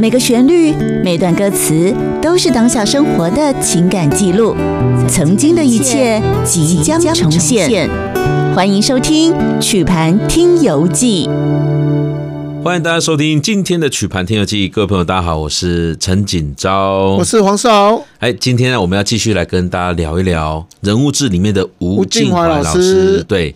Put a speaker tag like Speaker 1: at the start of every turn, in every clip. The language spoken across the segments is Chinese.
Speaker 1: 每个旋律、每段歌词都是当下生活的情感记录，曾经的一切即将重现。欢迎收听《曲盘听游记》。
Speaker 2: 欢迎大家收听今天的曲盘听游记，各位朋友，大家好，我是陈锦昭
Speaker 3: 我。是黄少，
Speaker 2: 哎，今天呢，我们要继续来跟大家聊一聊人物志里面的吴
Speaker 3: 吴敬
Speaker 2: 敬怀
Speaker 3: 怀老
Speaker 2: 老
Speaker 3: 师
Speaker 2: 师。对，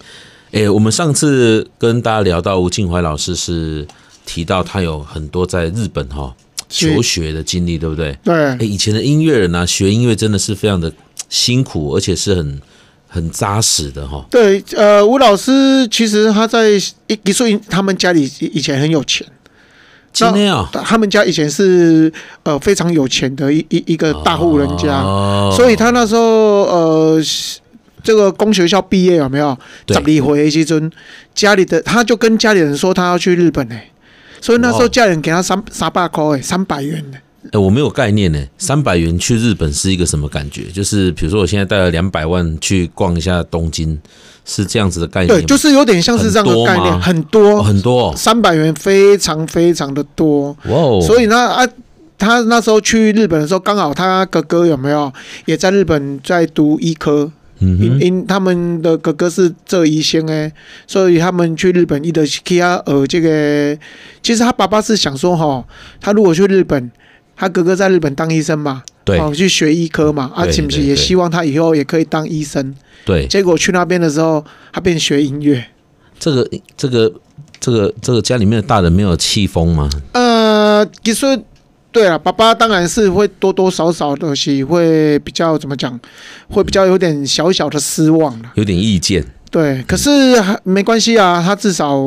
Speaker 2: 哎，我们上次跟大家聊到吴敬怀老师是提到他有很多在日本哈、
Speaker 3: 是
Speaker 2: 求学的经历，对不对？
Speaker 3: 对
Speaker 2: 哎，以前的音乐人啊，学音乐真的是非常的辛苦，而且是很很扎实的哈、
Speaker 3: 对，呃，吴老师其实他在一一说，他们家里以以前很有钱，
Speaker 2: 今天啊，
Speaker 3: 他们家以前是呃非常有钱的一一一个大户人家，
Speaker 2: 哦
Speaker 3: 所以他那时候呃。这个工学校毕业有没有？
Speaker 2: 对
Speaker 3: 十里回西尊，家里的他就跟家里人说他要去日本呢、所以那时
Speaker 2: 哇
Speaker 3: 候家里人给他三三百块哎，三百元呢、
Speaker 2: 哎、我没有概念呢。三百元去日本是一个什么感觉？就是比如说，我现在带了两百万去逛一下东京，是这样子的概念
Speaker 3: 对
Speaker 2: 吗？，
Speaker 3: 就是有点像是这样的概念，
Speaker 2: 很
Speaker 3: 很多
Speaker 2: 哦、很多、哦，
Speaker 3: 三百元非常非常的多，
Speaker 2: 哇哦！
Speaker 3: 所以呢啊，他那时候去日本的时候，刚好他哥哥有没有也在日本在读医科？
Speaker 2: 嗯
Speaker 3: 因
Speaker 2: 哼，
Speaker 3: 因他们的哥哥是这医生哎，所以他们去日本一的去他呃这个，其实他爸爸是想说哈，他如果去日本，他哥哥在日本当医生嘛，
Speaker 2: 对
Speaker 3: 哦去学医科嘛，啊，
Speaker 2: 对
Speaker 3: 是不是
Speaker 2: 对
Speaker 3: 也
Speaker 2: 对
Speaker 3: 希望他以后也可以当医生？
Speaker 2: 对，
Speaker 3: 结果去那边的时候，他变学音乐，
Speaker 2: 这个这个这个这个家里面的大人没有气疯吗？
Speaker 3: 呃，其实对啊，爸爸当然是会多多少少的是会比较怎么讲，会比较有点小小的失望啦。
Speaker 2: 有点意见，
Speaker 3: 对，可是还没关系啊，他至少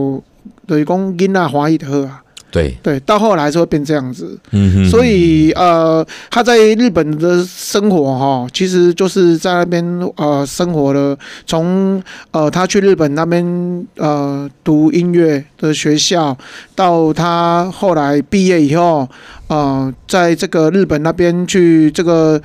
Speaker 3: 等于讲囡仔华裔的喝啊。
Speaker 2: 对，
Speaker 3: 对，到后来是会变这样子，
Speaker 2: 嗯哼，
Speaker 3: 所以呃，他在日本的生活哈、其实就是在那边呃生活了。从呃他去日本那边呃读音乐的学校，到他后来毕业以后，呃，在这个日本那边去这个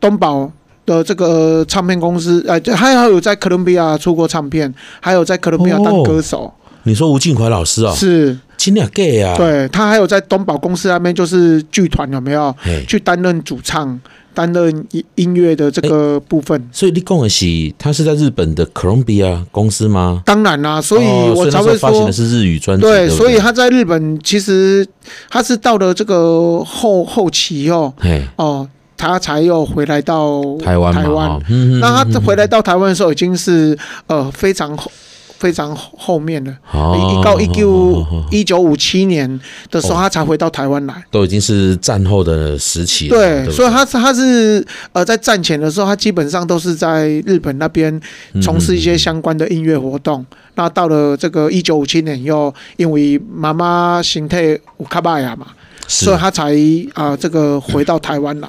Speaker 3: 东宝。的这个唱片公司，呃，就还有在哥伦比亚出过唱片，还有在哥伦比亚当歌手，
Speaker 2: 你说吴敬怀老哦师哦，
Speaker 3: 是，
Speaker 2: 今天 gay 啊，，
Speaker 3: 对他还有在东宝公司那边就是剧团有没有？
Speaker 2: 嘿，
Speaker 3: 去担任主唱，担任音音乐的这个部分。
Speaker 2: 所以你讲的是他是在日本的 Columbia 公司吗？
Speaker 3: 当然啦、所以
Speaker 2: 哦那
Speaker 3: 我
Speaker 2: 时
Speaker 3: 才
Speaker 2: 候
Speaker 3: 会
Speaker 2: 发行
Speaker 3: 说
Speaker 2: 的，是日语专辑，
Speaker 3: 对，
Speaker 2: 不
Speaker 3: 所以他在日本其实他是到了这个后后期哦，
Speaker 2: 嘿，
Speaker 3: 哦，他才又回来到
Speaker 2: 台湾嘛，
Speaker 3: 台湾。
Speaker 2: 哦嗯哼
Speaker 3: 那他回来到台湾的时候，已经是呃非常后非常后面了。
Speaker 2: 哦
Speaker 3: 一到一九一九五七年的时候，
Speaker 2: 哦
Speaker 3: 他才回到台湾来。
Speaker 2: 都已经是战后的时期了，
Speaker 3: 对，
Speaker 2: 不
Speaker 3: 所以他是他是呃，在战前的时候，他基本上都是在日本那边从事一些相关的音乐活动。那到了这个一九五七年以后，因为妈妈形态乌卡巴亚嘛，
Speaker 2: 是
Speaker 3: 所以他才啊、呃这个回到台湾来。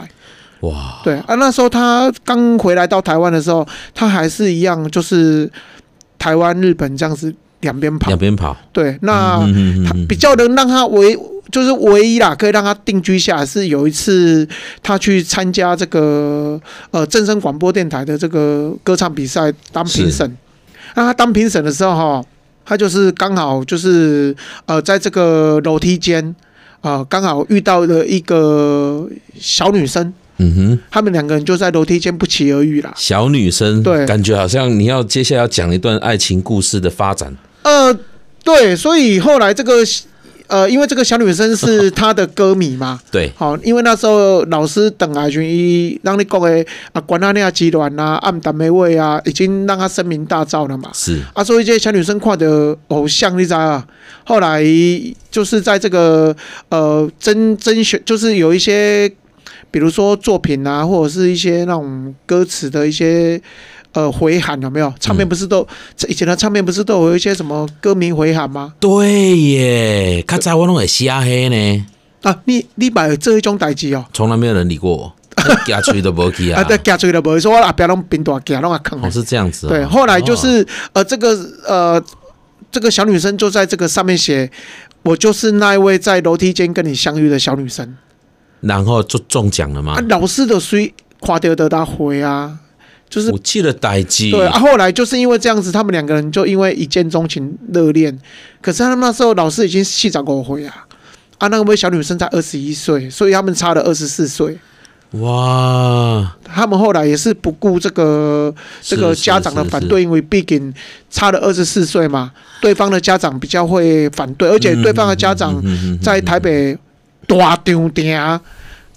Speaker 2: 哇，
Speaker 3: 对啊，那时候他刚回来到台湾的时候，他还是一样，就是台湾日本这样子两边跑
Speaker 2: 两。边跑，
Speaker 3: 对，那。
Speaker 2: 嗯
Speaker 3: 他比较能让他唯就是唯一啦，可以让他定居下来是有一次他去参加这个呃正声广播电台的这个歌唱比赛当评审。那他当评审的时候哈，他就是刚好就是呃在这个楼梯间啊刚好遇到了一个小女生，
Speaker 2: 嗯哼，
Speaker 3: 他们两个人就在楼梯间不期而遇啦。
Speaker 2: 小女生，
Speaker 3: 对
Speaker 2: 感觉好像你要接下来要讲一段爱情故事的发展，
Speaker 3: 呃，对，所以后来这个呃，因为这个小女生是他的歌迷嘛。
Speaker 2: 对，
Speaker 3: 好、因为那时候老师等来群伊让你讲的啊，管那那集团啊，暗淡美味啊，已经让他声名大噪了嘛。
Speaker 2: 是
Speaker 3: 啊，所以这些小女生看的偶像，你知道啊？后来就是在这个呃甄甄选，就是有一些，比如说作品啊，或者是一些那种歌词的一些呃回函，有没有？唱片不是都、以前的唱片不是都有一些什么歌名回函吗？
Speaker 2: 对耶，卡在我弄会瞎黑呢，
Speaker 3: 啊，你你把这一种代志哦，
Speaker 2: 从来没有人理过我，牙吹都不去
Speaker 3: 啊，
Speaker 2: 啊，
Speaker 3: 对，夹出去了，无说我阿伯拢变大夹，拢阿坑。
Speaker 2: 哦是这样子哦，
Speaker 3: 对，后来就
Speaker 2: 哦
Speaker 3: 是呃，这个呃，这个小女生就在这个上面写，我就是那一位在楼梯间跟你相遇的小女生
Speaker 2: 然后就中奖了嘛
Speaker 3: 啊，，老师的谁夸掉的他回啊，就是
Speaker 2: 我记得代记，
Speaker 3: 对啊，后来就是因为这样子，他们两个人就因为一见钟情热恋，可是他们那时候老师已经细长狗回啊。啊，那位小女生才二十一岁，所以他们差了二十四岁。
Speaker 2: 哇，
Speaker 3: 他们后来也是不顾这个这个
Speaker 2: 是
Speaker 3: 家长的反，对，因为毕竟差了二十四岁嘛，对方的家长比较会反对，而
Speaker 2: 是是
Speaker 3: 且
Speaker 2: 是
Speaker 3: 对方的家长
Speaker 2: 嗯嗯嗯嗯嗯
Speaker 3: 在台北大丢店，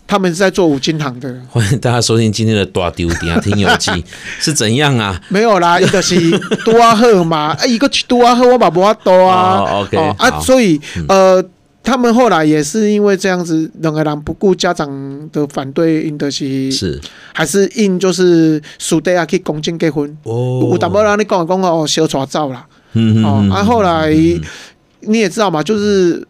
Speaker 3: 他们是在做五金行的，
Speaker 2: 欢迎大家收听今天的大丢点听友记是怎样啊？
Speaker 3: 没有啦，伊 就是多啊好嘛，啊一个去多啊好，我嘛无法多啊，
Speaker 2: 哦，OK，好嗯
Speaker 3: 啊，所以呃。他们后来也是因为这样子，两个人不顾家长的反对，因的是
Speaker 2: 是
Speaker 3: 还是因就是输底啊去公证结婚。
Speaker 2: 哦
Speaker 3: 有淡薄让你讲讲哦，小抓走啦。
Speaker 2: 嗯嗯
Speaker 3: 哦
Speaker 2: 嗯，
Speaker 3: 啊，后来你也知道嘛，就是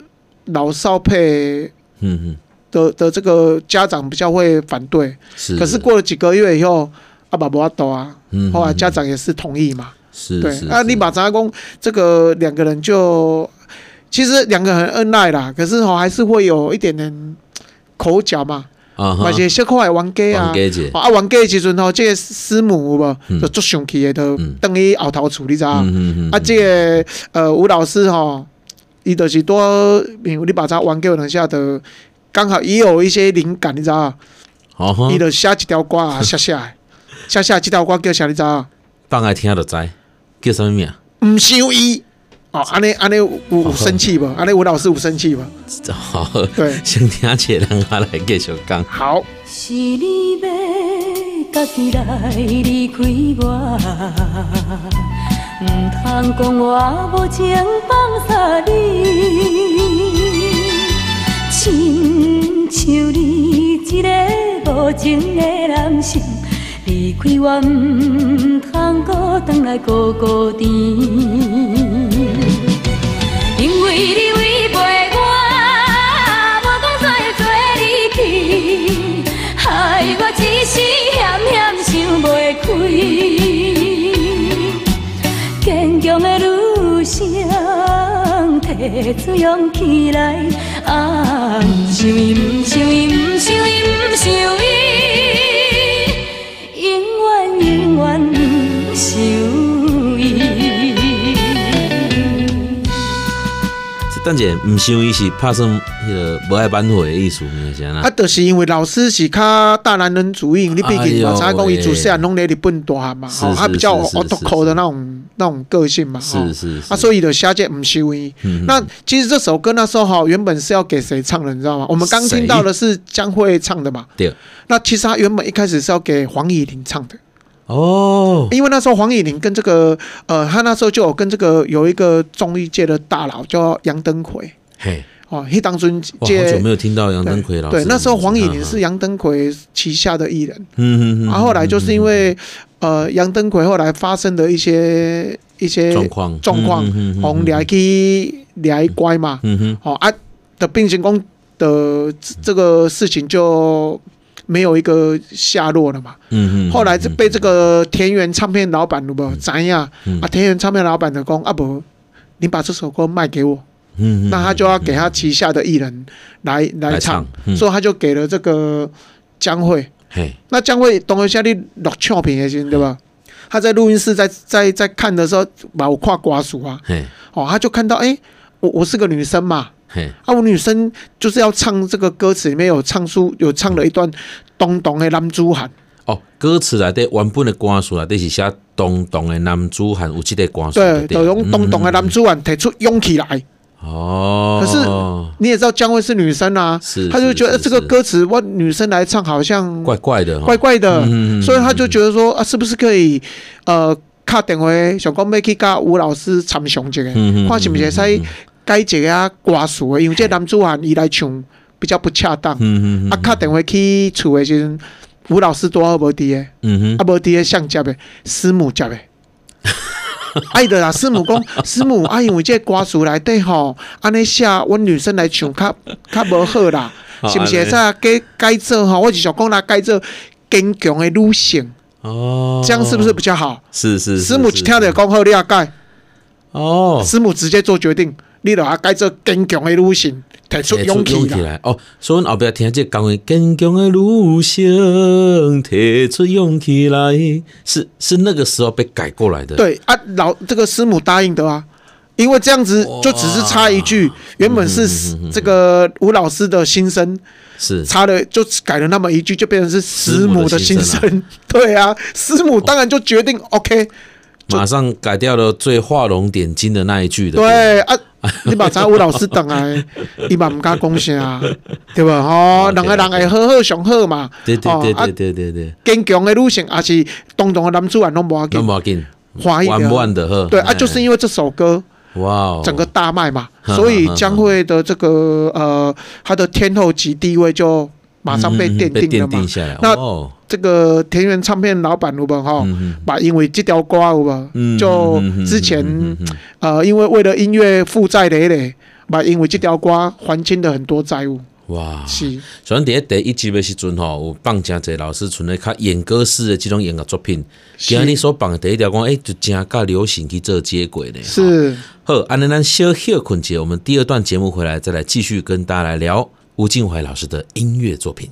Speaker 3: 老少配
Speaker 2: 嗯嗯
Speaker 3: 的的这个家长比较会反对，
Speaker 2: 是，
Speaker 3: 可是过了几个月以后，阿爸爸多啊，
Speaker 2: 嗯
Speaker 3: 后来
Speaker 2: 嗯
Speaker 3: 家长也是同意嘛。
Speaker 2: 是
Speaker 3: 对
Speaker 2: 是，
Speaker 3: 啊，你马杂公这个两个人就其实两个很恩爱啦，可是哦还是会有一点点口角嘛，
Speaker 2: 啊
Speaker 3: 而且小可爱玩 gay 啊
Speaker 2: 王。家姐，
Speaker 3: 哦啊，玩 gay 的时阵吼，这个师母有无
Speaker 2: 嗯
Speaker 3: 就足生气的，就
Speaker 2: 嗯
Speaker 3: 等于后头处理咋？
Speaker 2: 嗯
Speaker 3: 啊，这个呃吴老师吼，伊就是多，因为你把它玩给我两下的，刚好也有一些灵感，你知道吗？
Speaker 2: 好哈
Speaker 3: 伊、，就写一条歌啊，写下来，写下来这条歌叫啥？你知道吗？
Speaker 2: 放爱听就知，叫什么名？
Speaker 3: 毋想伊。 哦，安尼安尼有有生气
Speaker 2: 哦
Speaker 3: 无？安尼吴老师有生气无？
Speaker 2: 好，
Speaker 3: 对，
Speaker 2: 先听起来，咱来继续讲。
Speaker 3: 好，
Speaker 2: 啊
Speaker 4: 是你要家己来离开我，毋通讲我无情放下你，亲像你这个无情的男性，离开我毋通搁回来孤孤单。因为你违背我，无讲做会做你去，害我一时险险想袂开。坚强的女生，提出勇气来，啊，毋想伊，毋想伊，毋想伊，毋想伊，永远永远毋想伊。
Speaker 2: 这等者毋想伊是拍算迄个无爱挽回的意思，你是安
Speaker 3: 啊，
Speaker 2: 啦？
Speaker 3: 就是因为老师是较大男人主义，你毕
Speaker 2: 哎
Speaker 3: 竟
Speaker 2: 呦
Speaker 3: 嘛，查讲伊主事啊，
Speaker 2: 喂
Speaker 3: 拢咧日本大汉嘛，
Speaker 2: 是
Speaker 3: 吼，他
Speaker 2: 是
Speaker 3: 比较
Speaker 2: 是是
Speaker 3: o t o
Speaker 2: 是
Speaker 3: 的那种那种个性嘛，吼
Speaker 2: 是是是
Speaker 3: 啊，所以就下届唔收音。
Speaker 2: 嗯
Speaker 3: 那其实这首歌那时候哈，原本是要给谁唱的，你知道吗？我们刚
Speaker 2: 谁
Speaker 3: 听到的是江蕙唱的嘛。
Speaker 2: 对，
Speaker 3: 那其实他原本一开始是要给黄以玲唱的，
Speaker 2: 哦，
Speaker 3: 因为那时候黄以玲跟这个呃，他那时候就有跟这个有一个综艺界的大佬叫杨登魁
Speaker 2: 嘿，
Speaker 3: 哦，黑当尊
Speaker 2: 哇，好久
Speaker 3: 界
Speaker 2: 没。有听到杨登魁老师。
Speaker 3: 对，那时候黄以玲是
Speaker 2: 嗯，
Speaker 3: 杨登魁旗下的艺人，
Speaker 2: 嗯嗯嗯，嗯
Speaker 3: 然后后来就是因为呃杨登魁后来发生的一些一些
Speaker 2: 状况
Speaker 3: 状况，红掠，去掠乖嘛，
Speaker 2: 嗯哼，
Speaker 3: 哦啊的变形工的这这个事情就没有一个下落了嘛。
Speaker 2: 嗯嗯，
Speaker 3: 后来这被这个田园唱片老板有没有怎样
Speaker 2: 嗯
Speaker 3: 啊？田园唱片老板的工啊不，你把这首歌卖给我，
Speaker 2: 嗯，
Speaker 3: 那他就要给他旗下的艺人来来唱，，
Speaker 2: 嗯
Speaker 3: 所以他就给了这个江蕙。
Speaker 2: 嘿，
Speaker 3: 那江蕙懂一下你录唱片的时候对吧？他在录音室在在在看的时候，把我跨瓜熟啊，
Speaker 2: 嘿，
Speaker 3: 哦，他就看到哎、诶我我是个女生嘛，
Speaker 2: 嘿，
Speaker 3: 啊，我女生就是要唱这个歌词里面有唱出有唱了一段东东的男子汉，
Speaker 2: 哦，歌词内底原本的歌词内底是写东东的男子汉有这个歌词，
Speaker 3: 对，就用东东的男子汉提出勇气
Speaker 2: 嗯
Speaker 3: 来。
Speaker 2: 哦，
Speaker 3: 可是你也知道姜惠是女生啊，
Speaker 2: 是
Speaker 3: 她就是觉得
Speaker 2: 是
Speaker 3: 这个
Speaker 2: 是
Speaker 3: 歌词我女生来唱好像
Speaker 2: 怪怪的，
Speaker 3: 怪怪的
Speaker 2: 嗯嗯嗯，
Speaker 3: 所以她就觉得说啊，是不是可以呃卡电话想讲要去甲吴老师参详一下，
Speaker 2: 嗯嗯
Speaker 3: 看是不是
Speaker 2: 嗯
Speaker 3: 使改一下歌词的，因为这男子汉伊来唱比较不恰当。
Speaker 2: 嗯嗯，
Speaker 3: 啊，敲电话去厝的时阵，吴老师拄好无伫诶，
Speaker 2: 嗯
Speaker 3: 啊无伫诶，上接诶，师母接 诶。啊，伊就啦，师母讲， 师母啊，因为这歌词内底吼，安尼写，阮女生来唱较较无好啦，
Speaker 2: 哦
Speaker 3: 是毋
Speaker 2: 安
Speaker 3: 是会
Speaker 2: 尼
Speaker 3: 使改改做吼？我是想讲啦，改做坚强的女性，
Speaker 2: 哦，
Speaker 3: 这样是不是比较好？
Speaker 2: 是是
Speaker 3: 师母一听着讲好，你也改，
Speaker 2: 哦，
Speaker 3: 师母直接做决定，你著啊改做坚强的女性，提出
Speaker 2: 提
Speaker 3: 勇气啦。
Speaker 2: 来哦，所以阮后壁听这讲的坚强的女性，提出勇气来，是是那个时候被改过来的。，
Speaker 3: 对啊，老这个师母答应的啊。因为这样子就只是差一句，原本
Speaker 2: 嗯
Speaker 3: 是这个吴老师的心声，
Speaker 2: 是
Speaker 3: 差了就改了那么一句，就变成是师母的心
Speaker 2: 师母的
Speaker 3: 声。对啊，师母当然就决定
Speaker 2: 哦
Speaker 3: OK，
Speaker 2: 马上改掉了最画龙点睛的那一句的。，
Speaker 3: 对啊，你把查吴老师等来， 伊嘛毋敢讲啥，对吧？吼，
Speaker 2: OK，
Speaker 3: 人个人
Speaker 2: OK
Speaker 3: 会好好上好
Speaker 2: 哦
Speaker 3: 嘛，
Speaker 2: 对对
Speaker 3: 哦啊
Speaker 2: 对
Speaker 3: 啊
Speaker 2: 对对对对，
Speaker 3: 坚强的女性也是当当的男主人拢无要
Speaker 2: 那
Speaker 3: 紧，
Speaker 2: 么紧，
Speaker 3: 欢喜
Speaker 2: 玩
Speaker 3: 的
Speaker 2: 不玩的呵？哎
Speaker 3: 对啊，就是
Speaker 2: 因
Speaker 3: 因为这首歌
Speaker 2: 哇哦，
Speaker 3: 整个大卖 嘛，
Speaker 2: 嗯
Speaker 3: 所以江蕙的这个呃，她的天后级地位就马上被
Speaker 2: 嗯嗯嗯
Speaker 3: 奠定了
Speaker 2: 奠
Speaker 3: 嘛
Speaker 2: 定。下来。
Speaker 3: 那
Speaker 2: 哦
Speaker 3: 这个田园唱片老板有无吼
Speaker 2: 嗯嗯，
Speaker 3: 把因为这条歌有无，
Speaker 2: 嗯
Speaker 3: 就
Speaker 2: 嗯嗯嗯
Speaker 3: 之前
Speaker 2: 嗯嗯嗯
Speaker 3: 呃，因为为了音乐负债累累，把因为这条歌还清了很多债务，
Speaker 2: 哇，
Speaker 3: 是
Speaker 2: 所以伫咧第一集的时阵吼，有放诚侪老师存咧较演歌式的即种音乐作品。今日你所放的第一条讲，诶、就真甲流行去做接轨咧。吼
Speaker 3: 是
Speaker 2: 好，安尼咱小休困一下，我们第二段节目回来再来继续跟大家来聊吴敬怀老师的音乐作品。